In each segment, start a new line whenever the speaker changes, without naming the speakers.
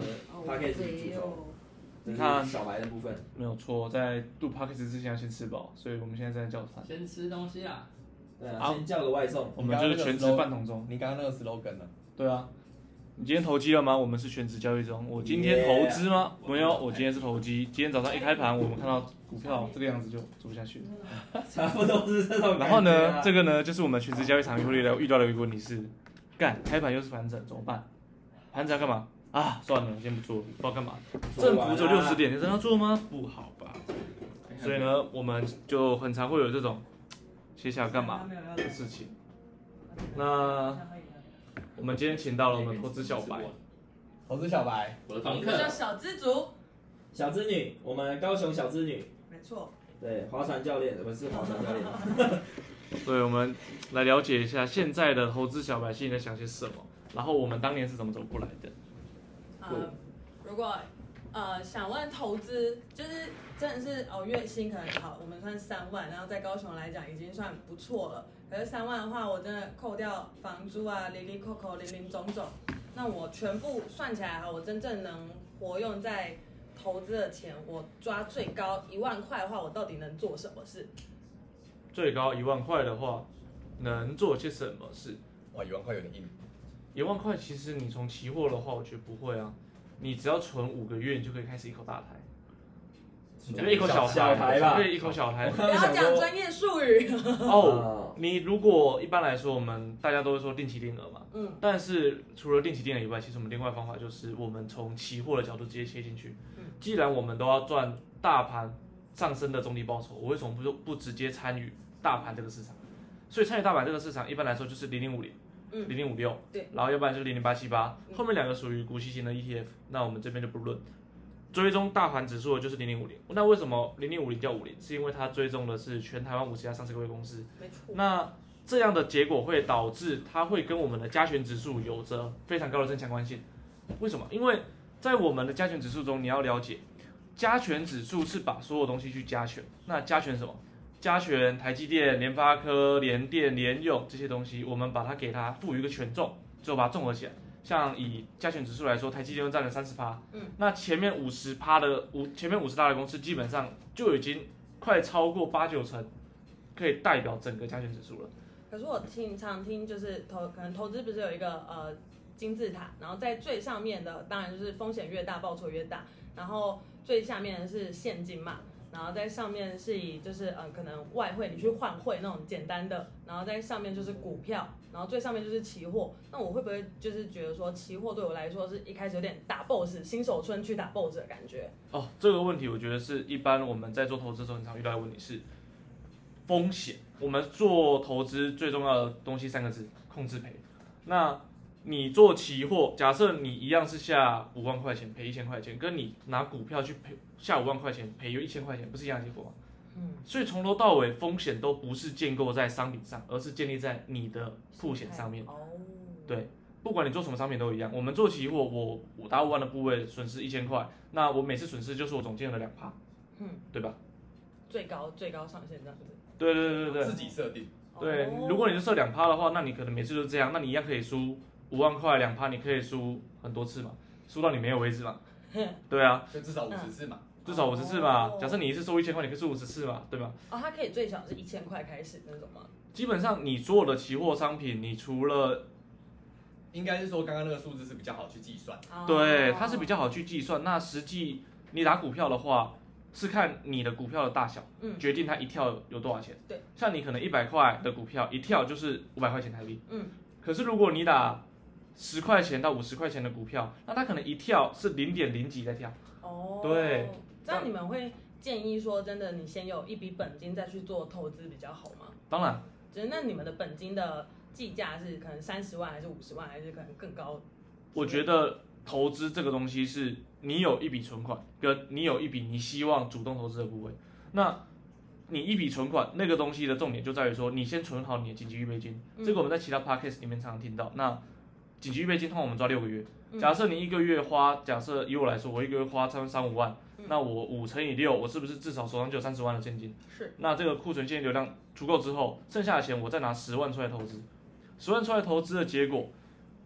哦
podcast 是主
没
轴，
有，
这
你
是
看
小白的部分。
没有错，在录 podcast 之前要先吃饱，所以我们现在在叫餐，
先吃东西啦，
对啊，
好
先叫个外送。
我们就是全职饭桶中。
你刚刚那个 slogan 呢？
对啊，你今天投机了吗？我们是全职交易中。我今天投资吗？没有，我今天是投机。今天早上一开盘，我们看到股票这个样子就做不下去了。
差不多是这种感觉啊。
然后呢，这个呢，就是我们全职交易场遇到遇到的一个问题是，干开盘又是盘整，怎么办？盘整要干嘛啊？算了，先不做，不知道干嘛。振
啊
幅只有六十点，你真的要做吗？不啊好吧。所以呢，我们就很常会有这种接下来干嘛
没有要
的事情。那我们今天请到了我们投资小白，
投资小白，
我的
房
房
客
客
这叫小知足，
小织女，我们高雄小织女，
没错，
对，划船教练，不是划船教练，
对，我们来了解一下现在的投资小百姓在想些什么，然后我们当年是怎么走过来的。
对
呃，如果呃想问投资，就是真的是哦月薪可能好，我们算三万，然后在高雄来讲已经算不错了。可是三万的话，我真的扣掉房租啊、零零扣扣、零零总总，那我全部算起来哈，我真正能活用在投资的钱，我抓最高一万块的话，我到底能做什么事？
最高一万块的话，能做些什么事？
哇，一万块有点硬。
一万块其实你从期货的话，我觉得不会啊，你只要存五个月，你就可以开始一口大台，
讲
一口小
小
台
台吧
对，一口小台。
不要讲专业术语。
哦，
嗯
你如果一般来说，我们大家都会说定期定额嘛，
嗯
但是除了定期定额以外，其实我们另外方法就是我们从期货的角度直接切进去
嗯。
既然我们都要赚大盘上升的总体报酬，我为什么不不直接参与大盘这个市场？所以参与大盘这个市场，一般来说就是零零五零、
嗯
零零五六，
对，
然后要不然就是零零八七八，
嗯
后面两个属于股息型的 ETF，那我们这边就不论。追踪大盘指数的就是零零五零，那为什么零零五零叫五零？是因为它追踪的是全台湾五十家上市贵公司，
没错。
那这样的结果会导致它会跟我们的加权指数有着非常高的正相关性。为什么？因为在我们的加权指数中，你要了解，加权指数是把所有东西去加权。那加权什么？加权台积电、联发科、联电、联咏这些东西，我们把它给它赋予一个权重，之后把它综合起来。像以加权指数来说，台积电就占了三十趴，
嗯，
那前面五十趴的五前面五十大的公司，基本上就已经快超过八九成，可以代表整个加权指数了。
可是我听常听就是投，可能投资不是有一个呃金字塔，然后在最上面的当然就是风险越大报酬越大，然后最下面的是现金嘛，然后在上面是以就是呃可能外汇你去换汇那种简单的，然后在上面就是股票，然后最上面就是期货。那我会不会就是觉得说期货对我来说是一开始有点打 BOSS 新手村去打 BOSS 的感觉？
哦，这个问题我觉得是一般我们在做投资的时候很常遇到的问题是风险。我们做投资最重要的东西三个字：控制赔。那你做期货，假设你一样是下五万块钱赔一千块钱，跟你拿股票去赔下五万块钱赔一千块钱，不是一样的结果吗？
嗯，
所以从头到尾风险都不是建构在商品上，而是建立在你的风险上面。
哦，
对不管你做什么商品都一样。我们做期货，我我打五万的部位损失一千块，那我每次损失就是我总金额的两趴，
嗯，
对吧？
最高最高上限这样子。
对对对对对
自己设定。
对
哦。
如果你是设两趴的话，那你可能每次都这样，那你一样可以输五万块两趴，你可以输很多次嘛，输到你没有为止 嘛。对啊，
就至少五十次嘛。
至少五十次嘛
哦。
假设你一次收一千块，你可以输五十次嘛，对吧？
哦，它可以最小是一千块开始那种吗？
基本上你所有的期货商品，你除了
应该是说刚刚那个数字是比较好去计算，
哦
对，它是比较好去计算。那实际你打股票的话，是看你的股票的大小，
嗯
决定它一跳有多少钱。
对，
像你可能一百块的股票，一跳就是五百块钱台币。
嗯，
可是如果你打十块钱到五十块钱的股票，那它可能一跳是零点零几在跳。
哦，
对，
这样你们会建议说，真的你先有一笔本金再去做投资比较好吗？
当然，
就是那你们的本金的计价是可能三十万还是五十万，还是可能更高？
我觉得投资这个东西是你有一笔存款，跟你有一笔你希望主动投资的部位。那你一笔存款那个东西的重点就在于说，你先存好你的紧急预备金。
嗯
这个我们在其他 podcast 里面常常听到。那紧急预备金通常我们抓六个月。
嗯
假设你一个月花，假设以我来说，我一个月花差不多三五万
嗯，
那我五乘以六，我是不是至少手上就有三十万的现金？
是，
那这个库存现金流量足够之后，剩下的钱我再拿十万出来投资，十万出来投资的结果，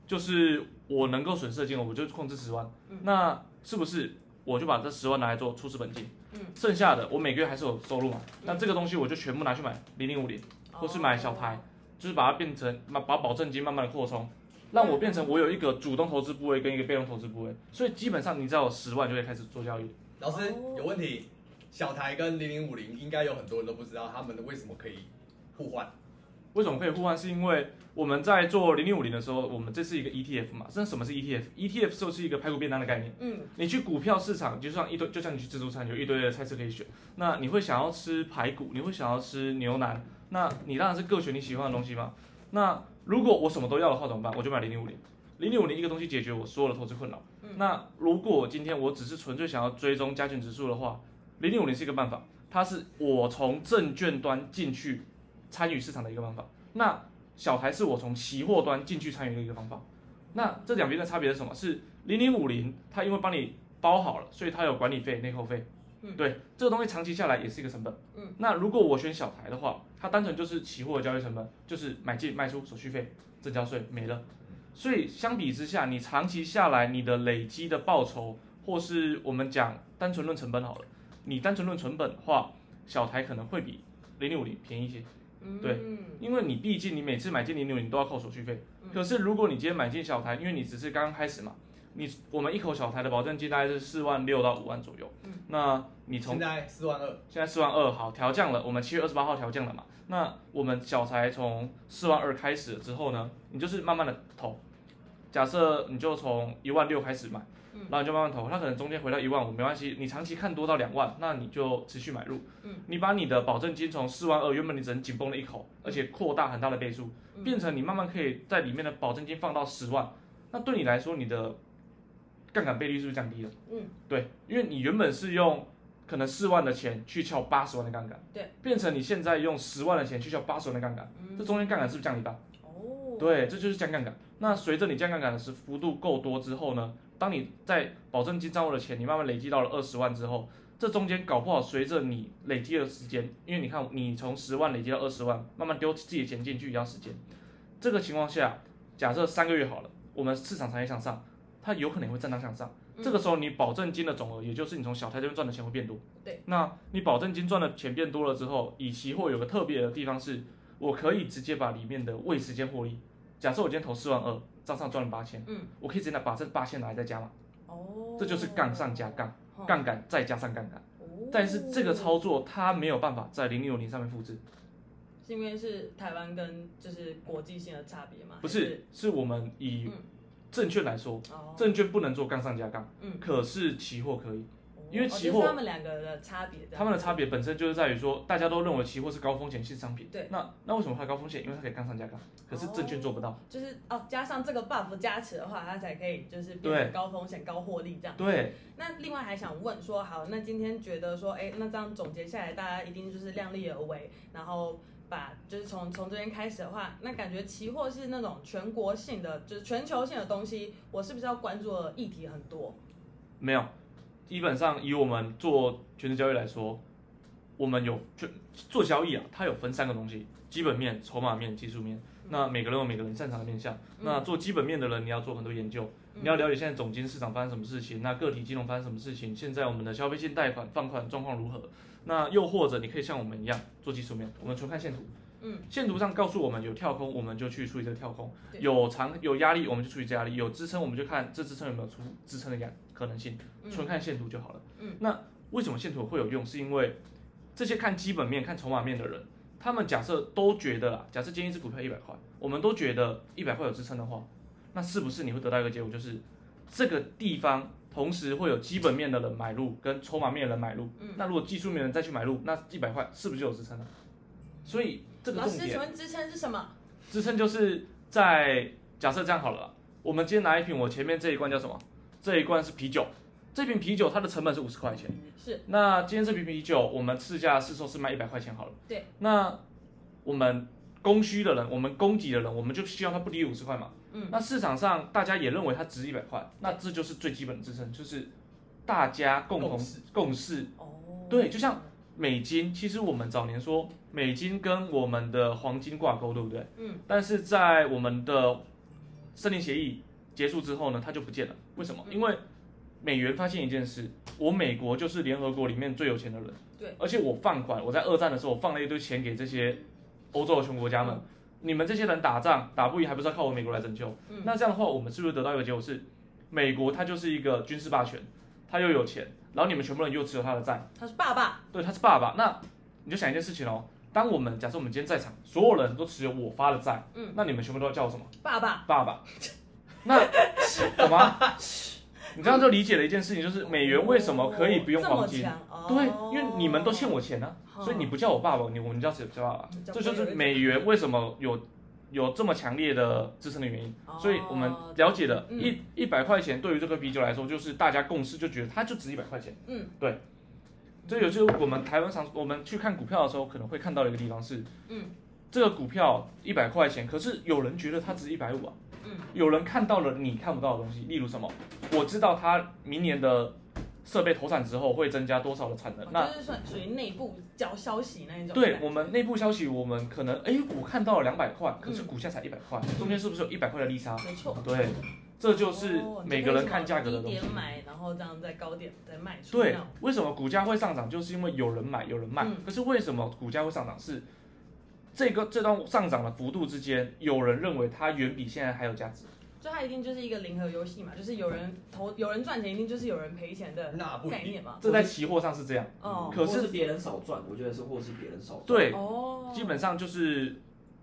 就是我能够损失的金额，我就控制十万。
嗯
那是不是我就把这十万拿来做初始本金？
嗯
剩下的我每个月还是有收入嘛？那
嗯
这个东西我就全部拿去买零零五零，或是买小牌
哦，
就是把它变成把把保证金慢慢的扩充，让我变成我有一个主动投资部位跟一个被动投资部位。所以基本上你只要有十万就可以开始做交易。
老师
哦
有问题，小台跟零零五零应该有很多人都不知道他们为什么可以互换。
为什么可以互换？是因为我们在做零零五零的时候，我们这是一个 ETF 嘛？那什么是 E ETF？ETF 就是一个排骨便当的概念。
嗯
你去股票市场，就像一堆，就像你去自助餐，有一堆的菜色可以选。那你会想要吃排骨，你会想要吃牛腩，那你当然是各选你喜欢的东西嘛。那如果我什么都要的话怎么办？我就买零零五零，零零五零一个东西解决我所有的投资困扰。
嗯
那如果今天我只是纯粹想要追踪加权指数的话，零零五零是一个办法，它是我从证券端进去参与市场的一个方法。那小台是我从期货端进去参与的一个方法。那这两边的差别是什么？是零零五零，它因为帮你包好了，所以它有管理费、内扣费。
嗯
对，这个东西长期下来也是一个成本。
嗯，
那如果我选小台的话，它单纯就是期货的交易成本，就是买进、卖出、手续费、证交税没了。所以相比之下，你长期下来，你的累积的报酬，或是我们讲单纯论成本好了，你单纯论成本的话，小台可能会比零零五零便宜一些。
嗯
对因为你毕竟你每次买进零六，你都要扣手续费。
嗯
可是如果你今天买进小台，因为你只是刚刚开始嘛，你我们一口小台的保证金大概是四万六到五万左右。
嗯
那你从
现在四万二，
现在四万二好调降了，我们七月二十八号调降了嘛？那我们小台从四万二开始了之后呢，你就是慢慢的投，假设你就从一万六开始买
嗯，
然后你就慢慢投，它可能中间回到一万五没关系，你长期看多到两万，那你就持续买入
嗯，
你把你的保证金从四万二原本你只能紧绷了一口，而且扩大很大的倍数，
嗯
变成你慢慢可以在里面的保证金放到十万，那对你来说你的杠杆倍率是不是降低了？
嗯，
对，因为你原本是用可能四万的钱去撬八十万的杠杆，
对，
变成你现在用十万的钱去撬八十万的杠杆，
嗯
这中间杠杆是不是降一半？
哦，
对，这就是降杠杆。那随着你降杠杆的时幅度够多之后呢，当你在保证金账户的钱你慢慢累积到了二十万之后，这中间搞不好随着你累积的时间，因为你看你从十万累积到二十万，慢慢丢自己的钱进去也要时间。这个情况下，假设三个月好了，我们市场长期向上，它有可能会震荡向上。
嗯
这个时候你保证金的总额，也就是你从小台这边赚的钱会变多。
对，
那你保证金赚的钱变多了之后，以期货有个特别的地方是，我可以直接把里面的未实现获利，假设我今天投四万二，账上赚了八千，
嗯，
我可以直接拿把这八千拿来再加嘛，
哦，
这就是杠上加杠，
哼，
杠杆再加上杠杆。
哦
但是这个操作它没有办法在零六零上面复
哦
制，
是因为是台湾跟就是国际性的差别嘛？
不
还
是，是我们以
嗯
证券来说，
哦，
证券不能做杠上加杠，
嗯，
可是期货可以。因为
哦
期
就是
货
他们两个的差别，
他们的差，别本身就是在于说，大家都认为期货是高风险性商品。
对
那那为什么它高风险？因为它可以杠上加杠，可是证券做不到。
就是哦，加上这个 buff 加持的话，它才可以就是变
对
成高风险高获利这样。
对，
那另外还想问说，好，那今天觉得说，哎，那这样总结下来，大家一定就是量力而为，然后把就是从从这边开始的话，那感觉期货是那种全国性的，就是全球性的东西，我是不是要关注的议题很多？
没有。基本上以我们做全职交易来说，我们有就做交易啊，它有分三个东西：基本面、筹码面、技术面。
嗯
那每个人有每个人擅长的面向。那做基本面的人，你要做很多研究，
嗯
你要了解现在总金市场发生什么事情，那个体金融发生什么事情，现在我们的消费性贷款放款状况如何。那又或者你可以像我们一样做技术面，我们纯看线图。
嗯，
线图上告诉我们有跳空，我们就去处理这个跳空；
对
有长有压力，我们就处理这压力；有支撑，我们就看这支撑有没有出支撑的压可能性，
嗯
纯看线图就好了。
嗯，
那为什么线图会有用？是因为这些看基本面、看筹码面的人，他们假设都觉得啊啦，假设今天一只股票一百块，我们都觉得一百块有支撑的话，那是不是你会得到一个结果，就是这个地方同时会有基本面的人买入跟筹码面的人买入？
嗯
那如果技术面的人再去买入，那一百块是不是就有支撑了？所以这个
老
重
师，
点
请。问支撑是什么？
支撑就是在假设这样好了啦，我们今天拿一瓶，我前面这一罐叫什么？这一罐是啤酒，这瓶啤酒它的成本是五十块钱。
是
那今天这瓶啤酒我们市价市售是卖一百块钱好了。
对。
那我们供需的人，我们供给的人，我们就希望它不低于五十块嘛。
嗯。
那市场上大家也认为它值一百块，那这就是最基本的支撑，就是大家共同
共识
共识
哦，
对就像美金，其实我们早年说美金跟我们的黄金挂钩，对不对？
嗯。
但是在我们的森林协议结束之后呢，它就不见了。为什么？
嗯
因为美元发现一件事，我美国就是联合国里面最有钱的人，
对，
而且我放款，我在二战的时候我放了一堆钱给这些欧洲的穷国家们，你们这些人打仗打不赢，还不是要靠我美国来拯救？
嗯
那这样的话，我们是不是得到一个结果是，美国它就是一个军事霸权，它又有钱，然后你们全部人又持有它的债，
他是爸爸，
对，他是爸爸。那你就想一件事情哦，当我们假设我们今天在场，所有人都持有我发的债，
嗯，
那你们全部都要叫我什么？
爸爸，
爸爸。那 懂吗？你这样就理解了一件事情，就是美元为什么可以不用黄金？
这么强哦、
对，因为你们都欠我钱啊，所以你不叫我爸爸，你我们叫谁叫爸爸
嗯？叫
这就
朋友
是美元为什么有有这么强烈的支撑的原因。
哦
所以我们了解了
嗯
一一百块钱对于这个啤酒来说，就是大家共识就觉得它就值一百块钱。
嗯，
对。这有就是我们台湾常我们去看股票的时候，可能会看到的一个地方是，
嗯，
这个股票一百块钱，可是有人觉得它值一百五啊。
嗯，
有人看到了你看不到的东西，例如什么？我知道它明年的设备投产之后会增加多少的产呃能，那
哦就是算属于内部交消息那一种。
对我们内部消息，我们可能哎，诶我看到了两百块，可是
嗯
股价才一百块，中间是不是有一百块的利差？
没错，
对，这就是
哦
每个人看价格的东
低
西。
点买，然后这样在高点再卖出。
对
这样，
为什么股价会上涨，就是因为有人买，有人卖。
嗯
可是为什么股价会上涨？是这个这段上涨的幅度之间，有人认为它远比现在还有价值。
就它一定就是一个零和游戏嘛，就是有人投，有人赚钱，一定就是有人赔钱的
那不一
概
定。
念嘛。
这在期货上是这样，
哦，
嗯可是
或别人少赚，我觉得是或是别人少赚。
对，
哦，
基本上就是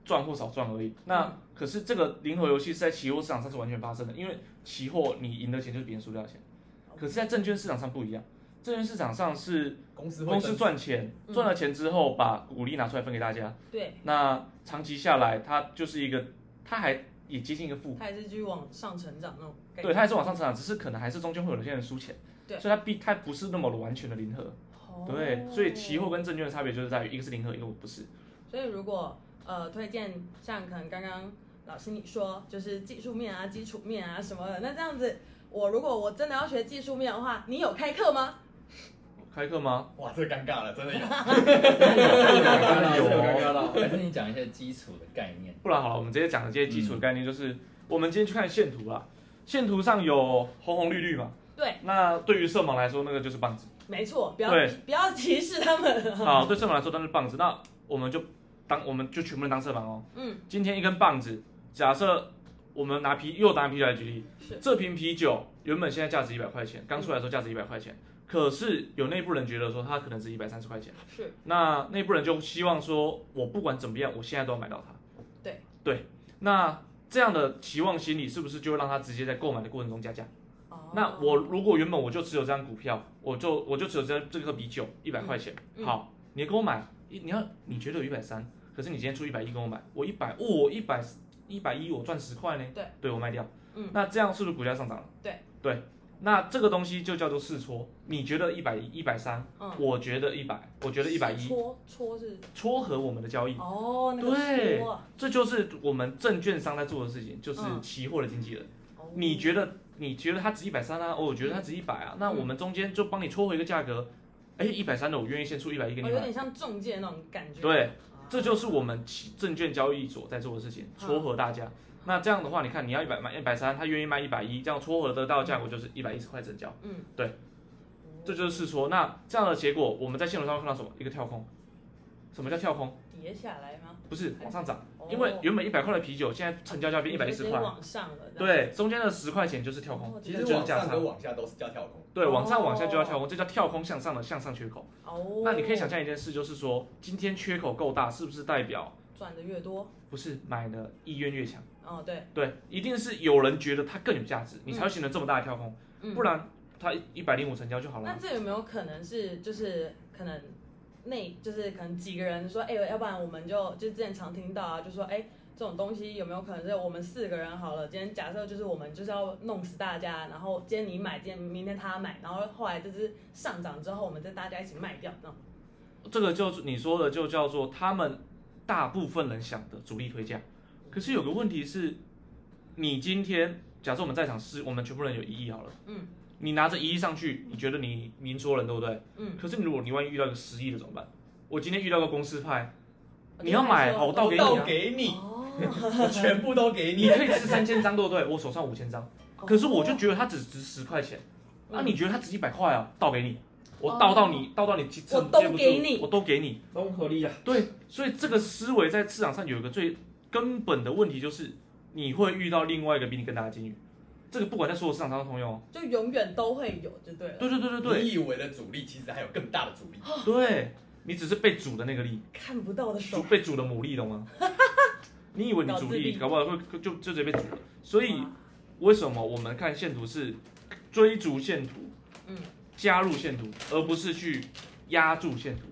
赚或少赚而已。那、
嗯
可是这个零和游戏是在期货市场上是完全发生的，因为期货你赢的钱就是别人输掉的钱。
哦嗯
可是，在证券市场上不一样，证券市场上是
公司会
公司赚钱，
嗯
赚了钱之后把股利拿出来分给大家。
对，
那长期下来，它就是一个，它还也接近一个负，
它也是继续往上成长那种概念。
对，它还是往上成长，只是可能还是中间会有些人输钱，
对
所以它必它不是那么完全的零和，
哦
对，所以期货跟证券的差别就是在于一个是零和，一个不是。
所以如果呃推荐像可能刚刚老师你说就是技术面啊、基础面啊什么的，那这样子我如果我真的要学技术面的话，你有开课吗？
开课吗？
哇，这尴尬了，真的有。
有尴尬到。
还是你讲一些基础的概念。
不然好了，我们直接讲这些基础的概念，就是、我们今天去看线图啦，线图上有红红绿绿嘛。
对，
那对于色盲来说，那个就是棒 子。
没错，不要
对
不要歧视他们。
好，对色盲来说，那是棒子。那我们就当我们就全部人当色盲哦。
嗯，
今天一根棒子，假设我们拿啤又拿啤酒来举例，
是嗯
这瓶啤酒原本现在价值一百块钱，刚出来的时候价值一百块钱，可是有内部人觉得说它可能值一百三十块钱。
是，
那内部人就希望说，我不管怎么样，我现在都要买到它。
对
对，那这样的期望心理是不是就会让他直接在购买的过程中加价？
哦
那我如果原本我就持有这张股票，我就我就持有这这个啤酒一百块钱，
嗯
好，你给我买，一你要你觉得有一百三，可是你今天出一百一给我买，我一百，我一百一百一我赚十块呢，
对，
对我卖掉，
嗯
那这样是不是股价上涨了？
对
对，那这个东西就叫做试搓，你觉得一百一百三，
嗯，
我觉得一百，我觉得一百一，
戳戳是
撮合我们的交易，
哦，那个
对
戳啊，
这就是我们证券商在做的事情，就是
嗯
期货的经纪人。
哦
你觉得你觉得它值一百三啊，哦，我觉得它值一百
嗯
啊，那我们中间就帮你撮回一个价格，哎，一百三的我愿意先出一百一给
哦
你
有
买，
点像中介那种感觉。
对
啊，
这就是我们期证券交易所在做的事
嗯
情，撮合大家。那这样的话，你看你要一百买一百三，他愿意卖一百一，这样撮合得到的价格就是一百一十块成交，
嗯，
这就是试搓。那这样的结果，我们在线路上会看到什么？一个跳空。什么叫跳空？
叠下来吗？
不是往上涨，
哦
因为原本一百块的啤酒，现在成交价变一百一
直
十
接
块，
往上了。这样，
对，中间的十块钱就是跳空，
哦
其
其
实
实就是
往
价
上
差
跟。往下都是叫跳空，
对，往上
哦
往下就要跳空，这叫跳空向上的向上缺口。
哦，
那你可以想象一件事，就是说今天缺口够大，是不是代表
赚的越多，
不是买的意愿越强？
哦，对，
对，一定是有人觉得它更有价值，你才会形成这么大的跳空，
嗯
不。然它一百零五成交就好
那
了。
这有没有可能是就是可能内就是可能几个人说，哎、要不然我们就就之前常听到啊，就说哎、这种东西有没有可能是我们四个人好了，今天假设就是我们就是要弄死大家，然后今天你买，今天明天他买，然后后来这只上涨之后，我们再大家一起卖掉那种。
这个就是你说的，就叫做他们大部分人想的主力推价。可是有个问题是，你今天假设我们在场是，我们全部人有一亿好了，
嗯，
你拿着一亿上去，你觉得你赢说人对不对？
嗯，
可是如果你万一遇到一个十亿的怎么办？我今天遇到个公司派，
我就
你要买
开始说
好我倒给你啊
给你，
哦，
我全部都给
你
你。
可以吃三千张，对不对？我手上五千
哦
张，可是我就觉得它只值十块钱，
嗯
那、你觉得它值一百块啊？倒给你，我倒到你，倒到你撑
哦我都给你
我都给你。
都合理啊。
对，所以这个思维在市场上有一个最根本的问题，就是你会遇到另外一个比你更大的金鱼。这个不管在所有市场上都通用哦。
就永远都会有，就对了。
对对对对对
你以为的阻力，其实还有更大的阻力。
对，你只是被煮的那个力，
看不到的
煮
手，
被煮的牡蛎，懂吗？你以为你
搞
煮
自
力，
闭
搞不好会就就直接被煮了。所以为什么我们看线图是追逐线图，
嗯，
加入线图，而不是去压住线图？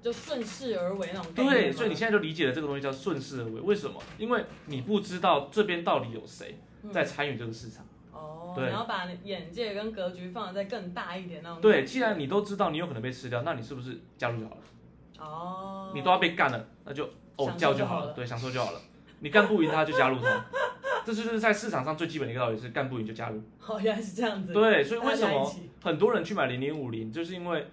就顺势而为那种概念吗。
对，所以你现在就理解了这个东西叫顺势而为。为什么？因为你不知道这边到底有谁
嗯
在参与这个市场。
哦，
对
你要把眼界跟格局放得再更大一点那种。
对，既然你都知道你有可能被吃掉，那你是不是加入就好了？
哦，
你都要被干了，那就哦
享受
叫
就
就
好
好
了
了，对，享受就好了。你干不赢他就加入他，这就是在市场上最基本的一个道理，是干不赢就加入。
哦，原来是这样子。
对，所以为什
大家一
么
起
很多人去买零零五零，就是因为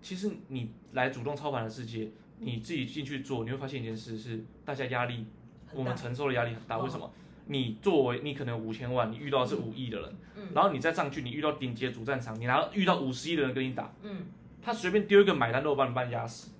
其实你来主动操盘的世界，你自己进去做，你会发现一件事是大家压力我
很
们
大？
承受的压力很大。
哦
为什么？你作为你可能有五千万，你遇到的是五亿的人，
嗯
然后你再上去，你遇到顶级的主战场，你拿遇到五十亿的人跟你打，
嗯，
他随便丢一个买单都有把你把你压死。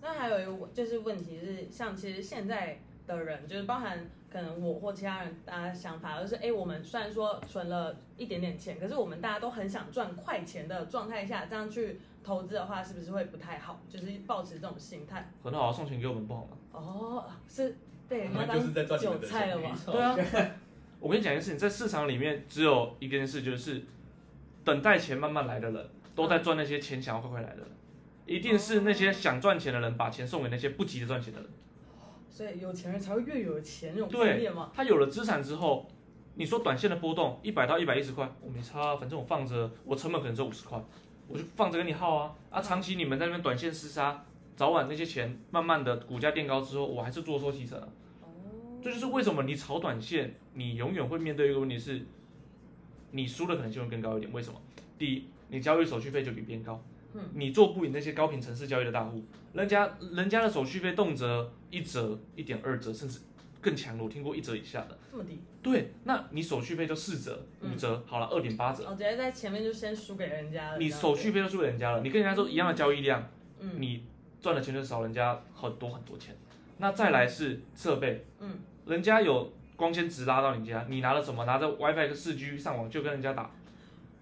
那还有一个问就是问题是，像其实现在的人，就是包含可能我或其他人，大家想法就是，哎、我们虽然说存了一点点钱，可是我们大家都很想赚快钱的状态下，这样去投资的话，是不是会不太好？就是保持这种心态。
很好啊，送钱给我们不好吗？
哦，是被人
我
家
们就是在
当
赚你
韭
们的
菜了
没
吗？
错
对啊，我跟你讲一件事情，在市场里面只有一件事，就是等待钱慢慢来的人，都在赚那些钱想要快快来的人，一定是那些想赚钱的人把钱送给那些不急着赚钱的人。
所以有钱人才会越有钱那种概
对
念吗？，
他有了资产之后，你说短线的波动一百到一百一十块，我没差啊，反正我放着，我成本可能只有五十块，我就放着跟你耗啊啊！长期你们在那边短线厮杀，早晚那些钱慢慢的股价垫高之后，我还是坐收提成啊。
哦，
这就是为什么你炒短线，你永远会面对一个问题是，你输的可能性会更高一点。为什么？第一，你交易手续费就比别人高，
嗯
你做不赢那些高频城市交易的大户，人家人家的手续费动辄一折、一点二折，甚至更强的，我听过一折以下的。
这么低，
对，那你手续费就四折、
嗯
五折，好了，二点八折，
哦，直接在前面就先输给人家了。
你
这样
手
子
续，费就输给人家了，你跟人家做一样的交易量。
嗯，
你赚的钱就少人家很多很多钱。那再来是设备，
嗯，
人家有光纤直拉到你家，你拿了什么？拿着 WiFi 四 G 上网就跟人家打，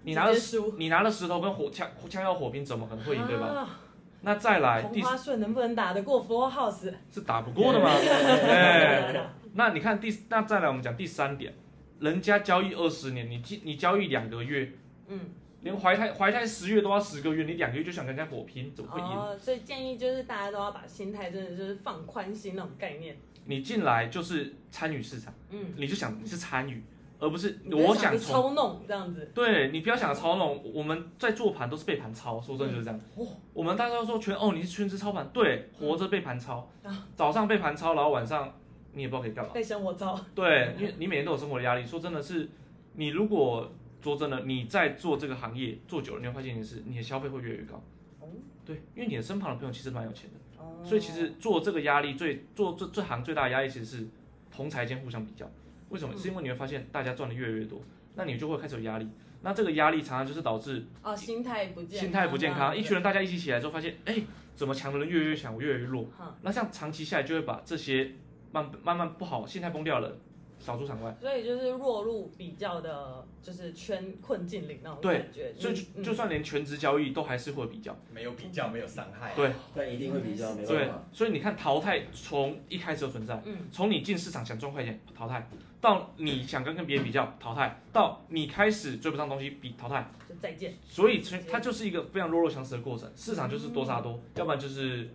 你拿了
直接输
你拿了石头跟火枪枪药火拼，怎么可能会赢、对吧？
啊
那再来
红
第
花顺能不能打得过 Four House？
是打不过的 嘛， 哎，那你看第那再来我们讲第三点，人家交易二十年，你交你交易两个月，
嗯，
连怀胎怀胎十月都要十个月，你两个月就想跟人家火拼，怎么会赢？
哦，所以建议就是大家都要把心态真的就是放宽心那种概念。
你进来就是参与市场。
嗯，
你就想你是参与，而不是
你不要
我
去
想从。
操弄这样子。
对你不要想操弄，我们在做盘都是被盘操，说真的就是这样。
哦，
我们大家都说全哦，你是全职操盘，对，
嗯
活着被盘操
啊，
早上被盘操，然后晚上你也不知道可以干嘛。
被生活 操。
对，因为你每天都有生活的压力。说真的是，你如果说真的你在做这个行业做久了，你会发现一件事，你的消费会越来越高。
哦
对，因为你的身旁的朋友其实蛮有钱的，
哦
所以其实做这个压力最做这这行最大的压力其实是同财间互相比较。为什么？
嗯
是因为你会发现大家赚的越来越多，那你就会开始有压力。那这个压力常常就是导致
哦，心态不健，
心态不健康，一群人大家一起起来之后，发现哎、怎么强的人越来越强，我越来越弱。
哈。
那像长期下来就会把这些慢慢慢不好、心态崩掉了，扫出场外。
所以就是落入比较的，就是圈困境里那种
对
感觉。嗯
所以就就算连全职交易都还是会有比较，
没有比较，没有伤害。
对
但一定会比较，没办
对
法。，
所以你看淘汰从一开始就存在，
嗯
从你进市场想赚快钱淘汰，到你想跟跟别人比较淘汰，到你开始追不上东西比淘汰，
嗯就再见。
所以其实它就是一个非常弱肉强食的过程，市场就是多杀多，
嗯
要不然就是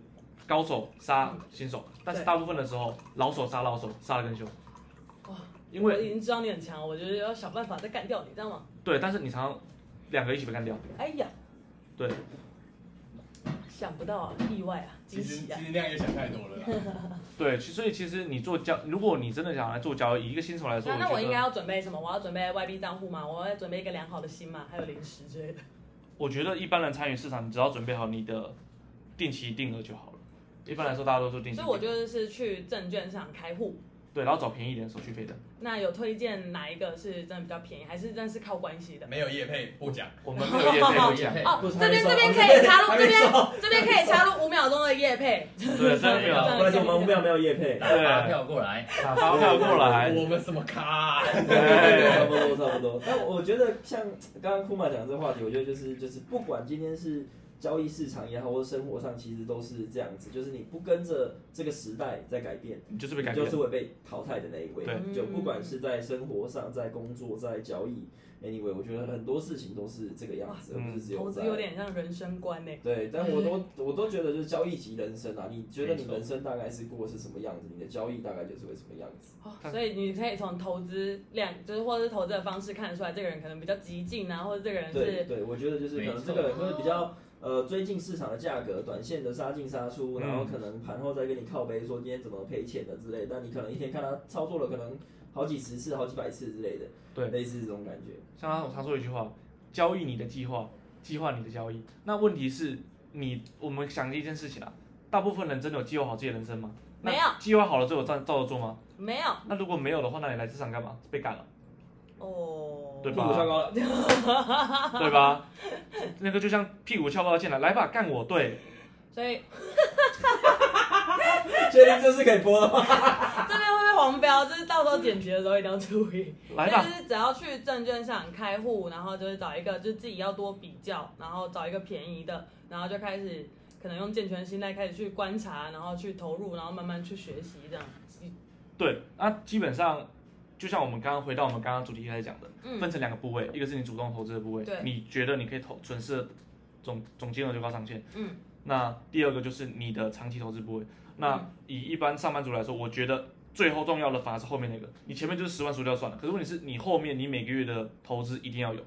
高手杀新手，但是大部分的时候老手杀老手，杀的更凶。
哇，
因
我
为
已经知道你很强，我就是要想办法再干掉你，知道吗？
对，但是你常常两个一起被干掉，
哎呀，
对，
想不到啊，意外啊，惊
其实
喜
其
啊，
实那样也想太多了啦。
对，其所以其实你做交，如果你真的想来做交易，以一个新手来说，
那那
我
我
觉
应该
得
要准备什么？我要准备 YB 账户吗？我要准备一个良好的心嘛，还有零食之类的。
我觉得一般人参与市场，你只要准备好你的定期定额就好了。一般来说，大家都做定期
所以
定
我
额，
就是去证券上开户，
对，然后找便宜一点手续费的。
那有推荐哪一个是真的比较便宜，还是真的是靠关系的？
没有业配不讲，
我们没有业配可 以讲，
哦
不是，
这边
还
这
没说
边可以插入，
还
这
没
边
说
这边可以插入五秒钟的夜配，
对，真的没 有
对
不然我们五秒没有叶配。
打发票过来，
打发票过来。
我们什么咖啊？
差
对，
不多差不多。但我觉得像刚刚库玛讲的这个话题，我觉得就是就是不管今天是交易市场也好，或者生活上，其实都是这样子，就是你不跟着这个时代在改变，
你就是被改
你
变
就
了
是。会被淘汰的那一位
嗯
对。
就不管是在生活上、在工作、在交易，anyway，我觉得很多事情都是这个样子，而
哇
不是只
投
有
资
在。
有点像人生观呢。
对，但我都我都觉得就是交易及人生啊，你觉得你
没错
人生大概是过是什么样子，你的交易大概就是会什么样子。
哦所以你可以从投资量，就是或者是投资的方式看得出来，这个人可能比较激进啊，或者这个人
对
是
对，我觉得就是可能
没
这
错
个人会比较呃追进市场的价格，短线的杀进杀出，然后
嗯
可能盘后再跟你靠背说今天怎么赔钱的之类，但你可能一天看他操作了可能好几十次、好几百次之类的，
对
类似这种感觉。
像他我常说一句话：交易你的计划，计划你的交易。那问题是你，我们想一件事情啊，大部分人真的有计划好自己的人生吗？那
没有
计划好了之后照照着做吗？
没有
那如果没有的话，那你来职场干嘛？被干了，
哦，
对
屁股翘
吧？
高了，
对吧？那个就像屁股翘高进来，来吧，干我，对，
所以
确定这是可以播的吗？
这边会被黄标，就是到时候剪辑的时候一定要注意。
来
所以
吧
就，是只要去证券市场开户，然后就是找一个，就是自己要多比较，然后找一个便宜的，然后就开始可能用健全心态开始去观察，然后去投入，然后慢慢去学习这样。
对。那基本上就像我们刚刚回到我们刚刚主题开始讲的，分
嗯，
成两个部位，一个是你主动投资的部位
对，
你觉得你可以投损失的总总金额就高上限。
嗯，
那第二个就是你的长期投资部位。
嗯
那以一般上班族来说，我觉得最后重要的反而是后面那个，你前面就是十万输掉算了。可是问题是你后面你每个月的投资一定要有，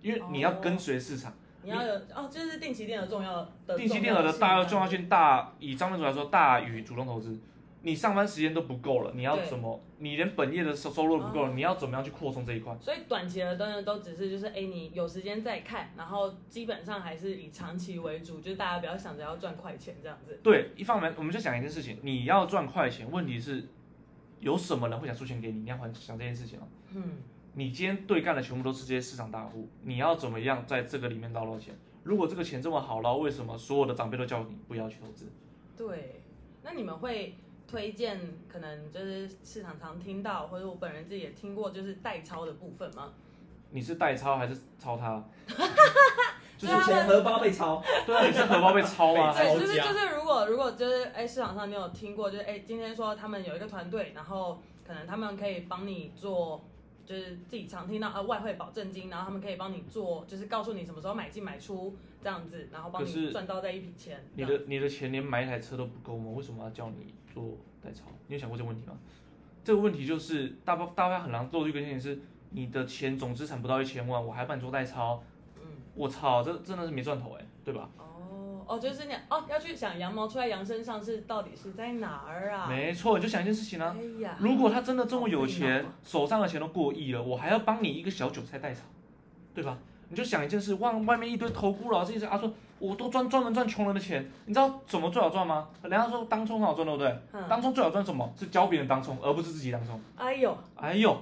因为你要跟随市场。
你要有哦，就是定期定额重要的
定期定额的大额重要
性啊
性大，以上班族来说大于主动投资。你上班时间都不够了，你要
对嗯
怎么？你连本业的收收入都不够了，你要怎么样去扩充这一块？
所以短期的东西都只是就是，哎、你有时间再看，然后基本上还是以长期为主，就是大家不要想着要赚快钱这样子。
对，一方面我们就想一件事情，你要赚快钱，问题是有什么人会想出钱给你？你要还想这件事情哦。
嗯，
你今天对干的全部都是这些市场大户，你要怎么样在这个里面捞到钱？如果这个钱这么好捞，为什么所有的长辈都叫你不要去投资？
对。那你们会推荐可能就是市场常听到，或者我本人自己也听过，就是代抄的部分吗？
你是代抄还是抄 他？就
之
是
前荷包被抄，
对啊，你是荷包被抄吗？
被
对，
抄
就是
家
就是，如果如果就是哎、市场上你有听过，就是哎、今天说他们有一个团队，然后可能他们可以帮你做，就是自己常听到啊外汇保证金，然后他们可以帮你做，就是告诉你什么时候买进买出这样子，然后帮
可是
你赚到这一笔钱。
你
这样
的你的钱连买一台车都不够吗？为什么要叫你做代抄？你有想过这个问题吗？这个问题就是大包大家很难做出一个现是你的钱总资产不到一千万，我还帮你做代抄，
嗯
我操，这真的是没赚头哎、对吧？
哦哦，就是你哦要去想羊毛出在羊身上是到底是在哪儿啊？
没错，你就想一件事情啊，
哎呀，
如果他真的这么有
好
钱
费脑啊，
手上的钱都过亿了，我还要帮你一个小韭菜代炒，对吧？你就想一件事，外外面一堆投顾老师一直啊说，我都专专门赚穷人的钱，你知道怎么最好赚吗？人家说当冲很好赚，对不对？
嗯，
当冲最好赚什么？是教别人当冲，而不是自己当冲。
哎呦，
哎呦，
把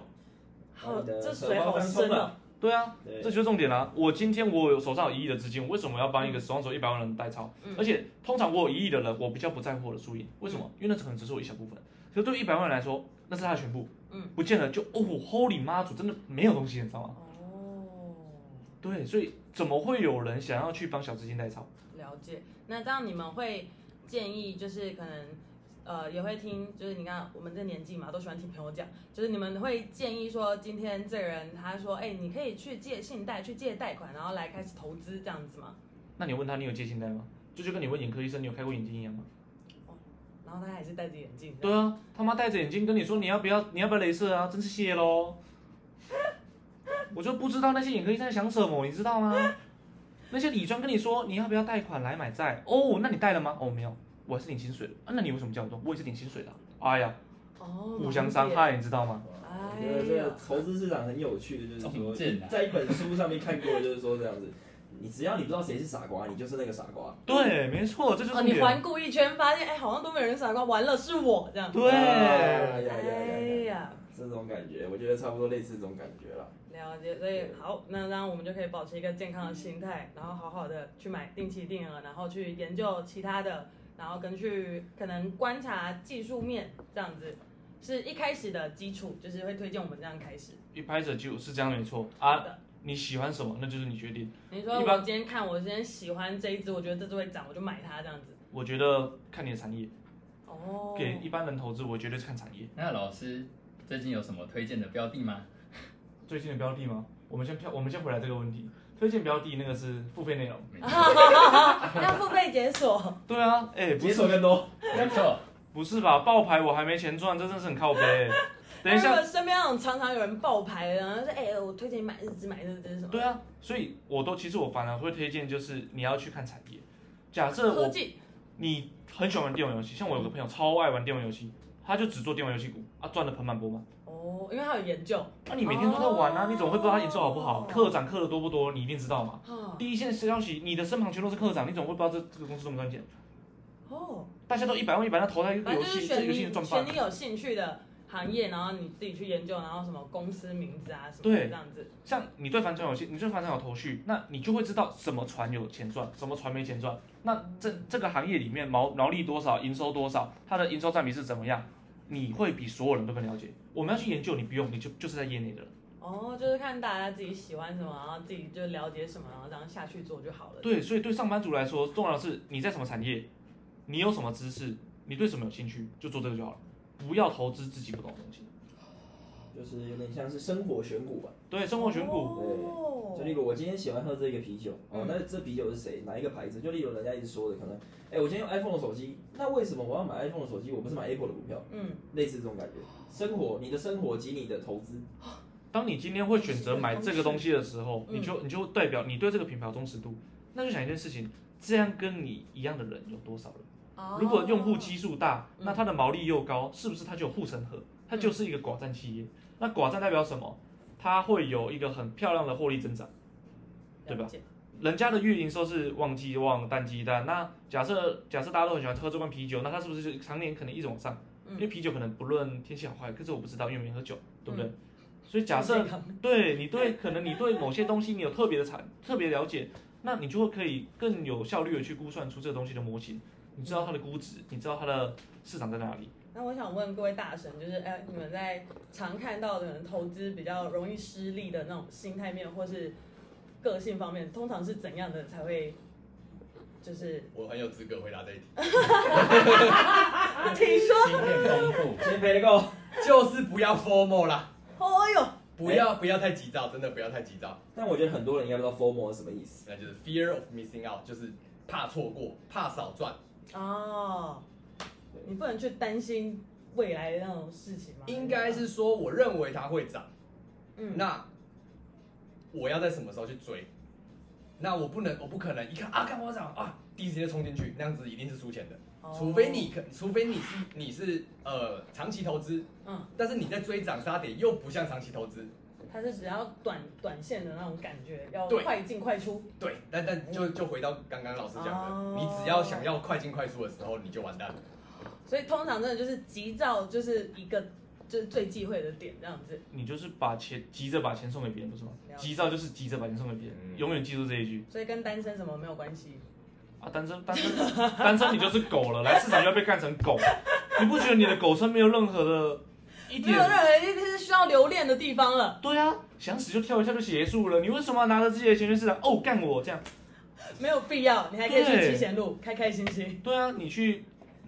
好，
你的
啊这
荷
水
包
好
当冲
深哦
了。。
对啊，
对
这，就是重点啦、我今天我有手上有一亿的资金，我为什么要帮一个手上手一百万的人代操？
嗯
而且通常我有一亿的人，我比较不在乎我的输赢，为什么？因为那可能只是我一小部分。可是对一百万人来说，那是他的全部。
嗯，
不见了就哦，Holy 妈祖，真的没有东西，你知道吗？
哦。
对，所以怎么会有人想要去帮小资金代操？
了解。那这样你们会建议，就是可能呃也会听，就是你看我们这年纪嘛，都喜欢听朋友讲，就是你们会建议说，今天这个人他说，哎、你可以去借信贷，去借贷款，然后来开始投资这样子吗？
那你问他，你有借信贷吗？这就跟你问眼科医生你有开过眼睛一样吗？
然后他还是戴着眼镜，
对啊，他妈戴着眼镜跟你说你要不要你要不要镭射啊，真是谢喽。我就不知道那些眼科医生在想什么，你知道吗？那些理专跟你说你要不要贷款来买债哦，那你贷了吗？哦，没有，我还是领薪水的。啊，那你为什么叫我动？我也是领薪水的啊、哎呀，
哦，
互相伤害，你知道吗？
我
哎
觉得这个
呀，
哦
投资市场很有趣的，就是
重
说
症啊
在一本书上面看过，就是说这样子，你只要你不知道谁是傻瓜，你就是那个傻瓜。
对，没错，这就是
哦，
重
你
点。
环顾一圈，发现哎，好像都没有人傻瓜，完了是我这样。
对
哎呀呀呀
哎
呀呀！
呀，
这种感觉，我觉得差不多类似这种感觉了。
了解，所以好，那当然我们就可以保持一个健康的心态，然后好好的去买定期定额，然后去研究其他的，然后跟去可能观察技术面这样子，是一开始的基础，就是会推荐我们这样开始。
一拍者就是这样没错
好
啊。
的，
你喜欢什么，那就是你决定。
你说
一
我
般
今天看，我今天喜欢这一只，我觉得这只会涨，我就买它这 样子。
我觉得看你的产业，
哦，
给一般人投资，我绝对是看产业。
那老师最近有什么推荐的标的吗？
最近的标的吗？我们先票，我们先回来这个问题。推荐标的那个是付费内容。
没
要付费解 锁，
对啊，哎、不
解
是
锁更多，
没错，
不是吧？爆牌我还没钱赚，这真是很靠背、 等一
如
下，
果身边那种常常有人爆牌的，然后说哎、我推荐你买这只买这只什么？
对，啊，所以我都其实我反而会推荐，就是你要去看产业。假设
科
我
技
你很喜欢玩电玩游戏，像我有个朋友超爱玩电玩游戏，他就只做电玩游戏股，啊赚的盆满钵满。
哦，因为它有研究。
那、你每天都在玩啊，
哦
你怎么会不知道他演奏好不好？课长课的多不多，你一定知道嘛。
啊
第一线消息，你的身旁全都是课长，你怎么会不知道这这个公司赚不赚钱？
哦，
大家都一百万一百万投在一个
反正
游
就是
戏，这
选
游戏能
你
赚
选
翻。
你有兴趣的行业，然后你自己去研究，然后什么公司名字啊什么的
对
这样子。
像你对帆船有兴，你对帆船有头绪，那你就会知道什么船有钱赚，什么船没钱赚。那这这个行业里面毛毛利多少，营收多少，它的营收占比是怎么样，你会比所有人都更了解。我们要去研究，你不用，你就就是在业内的人。
哦，就是看大家自己喜欢什么，然后自己就了解什么，然后这样下去做就好了。
对，所以对上班族来说，重要的是你在什么产业，你有什么知识，你对什么有兴趣，就做这个就好了，不要投资自己不懂的东西。
就是有点像是生活选股吧。
对，生活选股，
哦
就例如我今天喜欢喝这个啤酒，哦
嗯，
那这啤酒是谁？哪一个牌子？就例如人家一直说的，可能，哎、我今天用 iPhone 的手机，那为什么我要买 iPhone 的手机？我不是买 Apple 的股票，
嗯，
类似这种感觉。生活，你的生活及你的投资，
当你今天会选择买这个东西的时候，
嗯
你就你就代表你对这个品牌有忠实度。那就想一件事情，这样跟你一样的人有多少人？
哦
如果用户基数大，
嗯
那它的毛利又高，是不是它就有护城河？它就是一个寡占企业。那寡占代表什么？它会有一个很漂亮的获利增长。对吧
哦了解？
人家的月营收是旺季旺淡季淡，那假设假设大家都很喜欢喝这罐啤酒，那它是不是就常年可能一直往上？因为
嗯，
啤酒可能不论天气好坏，可是我不知道，因为没喝酒，对不对？所以假
这么健
设
康
对你对可能你对某些东西你有特别的产特别了解，那你就会可以更有效率的去估算出这个东西的模型，你知道它的估值，你知道它的市场在哪里。
那我想问各位大神，就是哎、你们在常看到的人投资比较容易失利的那种心态面，或是个性方面，通常是怎样的才会？就是
我很有资格回答这一题，
啊，请说。
经验丰富。
先赔得够。
就是不要 formal 啦，
哦哟，
不要不要太急躁，真的不要太急躁，
但我觉得很多人应该不知道 FOMO 是什么意思。
那就是 fear of missing out，就是怕错过，怕少赚。
哦，你不能去担心未来的那种事情吗？
应该是说，我认为它会涨，
嗯，
那我要在什么时候去追？那我不能，我不可能一看啊，看我涨啊，第一时间冲进去，那样子一定是输钱的。
哦
除非你可，除非你是你是呃长期投资，
嗯，
但是你在追涨杀跌又不像长期投资，
哦它是只要短短线的那种感觉，要
对
快进快出。
对，但但就就回到刚刚老师讲
哦
的，你只要想要快进快出的时候，你就完蛋了。
所以通常真的就是急躁，就是一个就是最忌讳的点，这样子。
你就是把钱急着把钱送给别人，不是吗
了？解
急躁就是急着把钱送给别人，
嗯
永远记住这一句
所以跟单身什么没有关系。
啊！单身单身单身你就是狗了，来市场就要被干成 狗。你不觉得你的狗身没有任何的一
没
点
有任何一定是需要留恋的地方了，
对啊，想死就跳一下就结束了。你为什么要拿着自己的钱去市场？哦，干我这样？
没有必要，你还可以去
对
七贤路，开开心心。
对啊，你去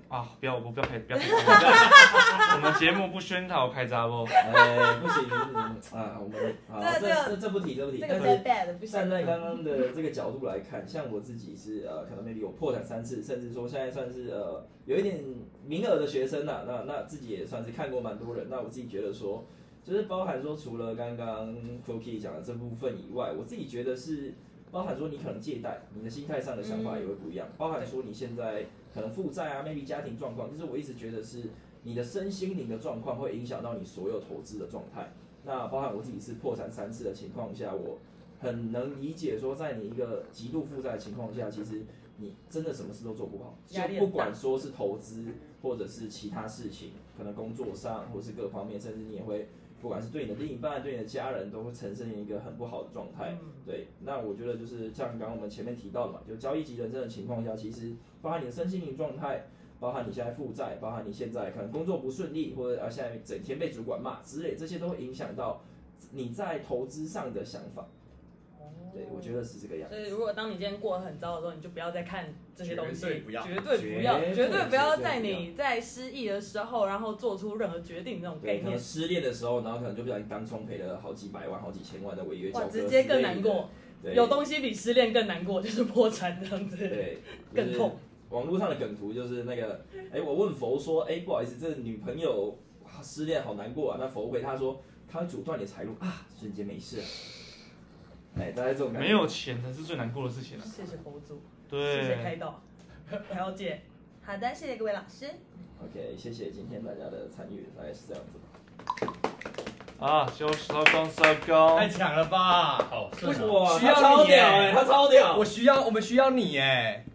啊，不要我不要开 不要开，不要开我们节目不宣讨开哦闸不？
哎、不行，嗯啊，我们啊，
这
这
个
这这不提，这不提。
这个
但
比
是
较 bad，不
站
行。
在刚刚的这个角度来看， 像我自己是呃，可能 maybe 有破产三次，甚至说现在算是呃有一点名额的学生啦、那那自己也算是看过蛮多人。那我自己觉得说，就是包含说除了刚刚 Cookie 讲的这部分以外，我自己觉得是包含说你可能借贷，你的心态上的想法也会不一样，包含说你现在可能负债啊，maybe 家庭状况，就是我一直觉得是你的身心灵的状况会影响到你所有投资的状态。那包含我自己是破产三次的情况下，我很能理解说，在你一个极度负债的情况下，其实你真的什么事都做不好，
压力很大
不管说是投资或者是其他事情，可能工作上或是各方面，甚至你也会。不管是对你的另一半、对你的家人，都会呈现一个很不好的状态。
嗯
对，那我觉得就是像刚刚我们前面提到的嘛，就交易及人生的情况下，其实包含你的身心灵状态，包含你现在负债，包含你现在可能工作不顺利，或者啊现在整天被主管骂之类，这些都会影响到你在投资上的想法。对，我觉得是这个样子
所。以，如果当你今天过得很糟的时候，你就不要再看这些东西，
绝对不要
绝对不要，
绝对
绝对不要在
绝对不
你在失意的时候，然后做出任何决定这种概
对，可能
念，
失恋的时候，然后可能就不小心当冲赔了好几百万、好几千万的违约交
哇，
割，
直接更难过。。
对，
有东西比失恋更难过，就是破产这样子。
对，
更
就是
痛
网络上的梗图就是那个，哎、我问佛说，哎、不好意思，这女朋友啊失恋好难过啊。那佛回他说，他会阻断你的财路啊，瞬间没事了。哎、大概这种感觉。
没有钱才是最难过的事情啊。
谢谢佛祖，谢谢开
对，
导，调解。好的，谢谢各位老师。
OK，谢谢今天大家的参与，大概是这样子吧。
啊，休收工收工
太。强了吧！
好顺啊！
哇，
需
他
要
超
你耶
屌哎、他超屌！
我需要，我们需要你哎！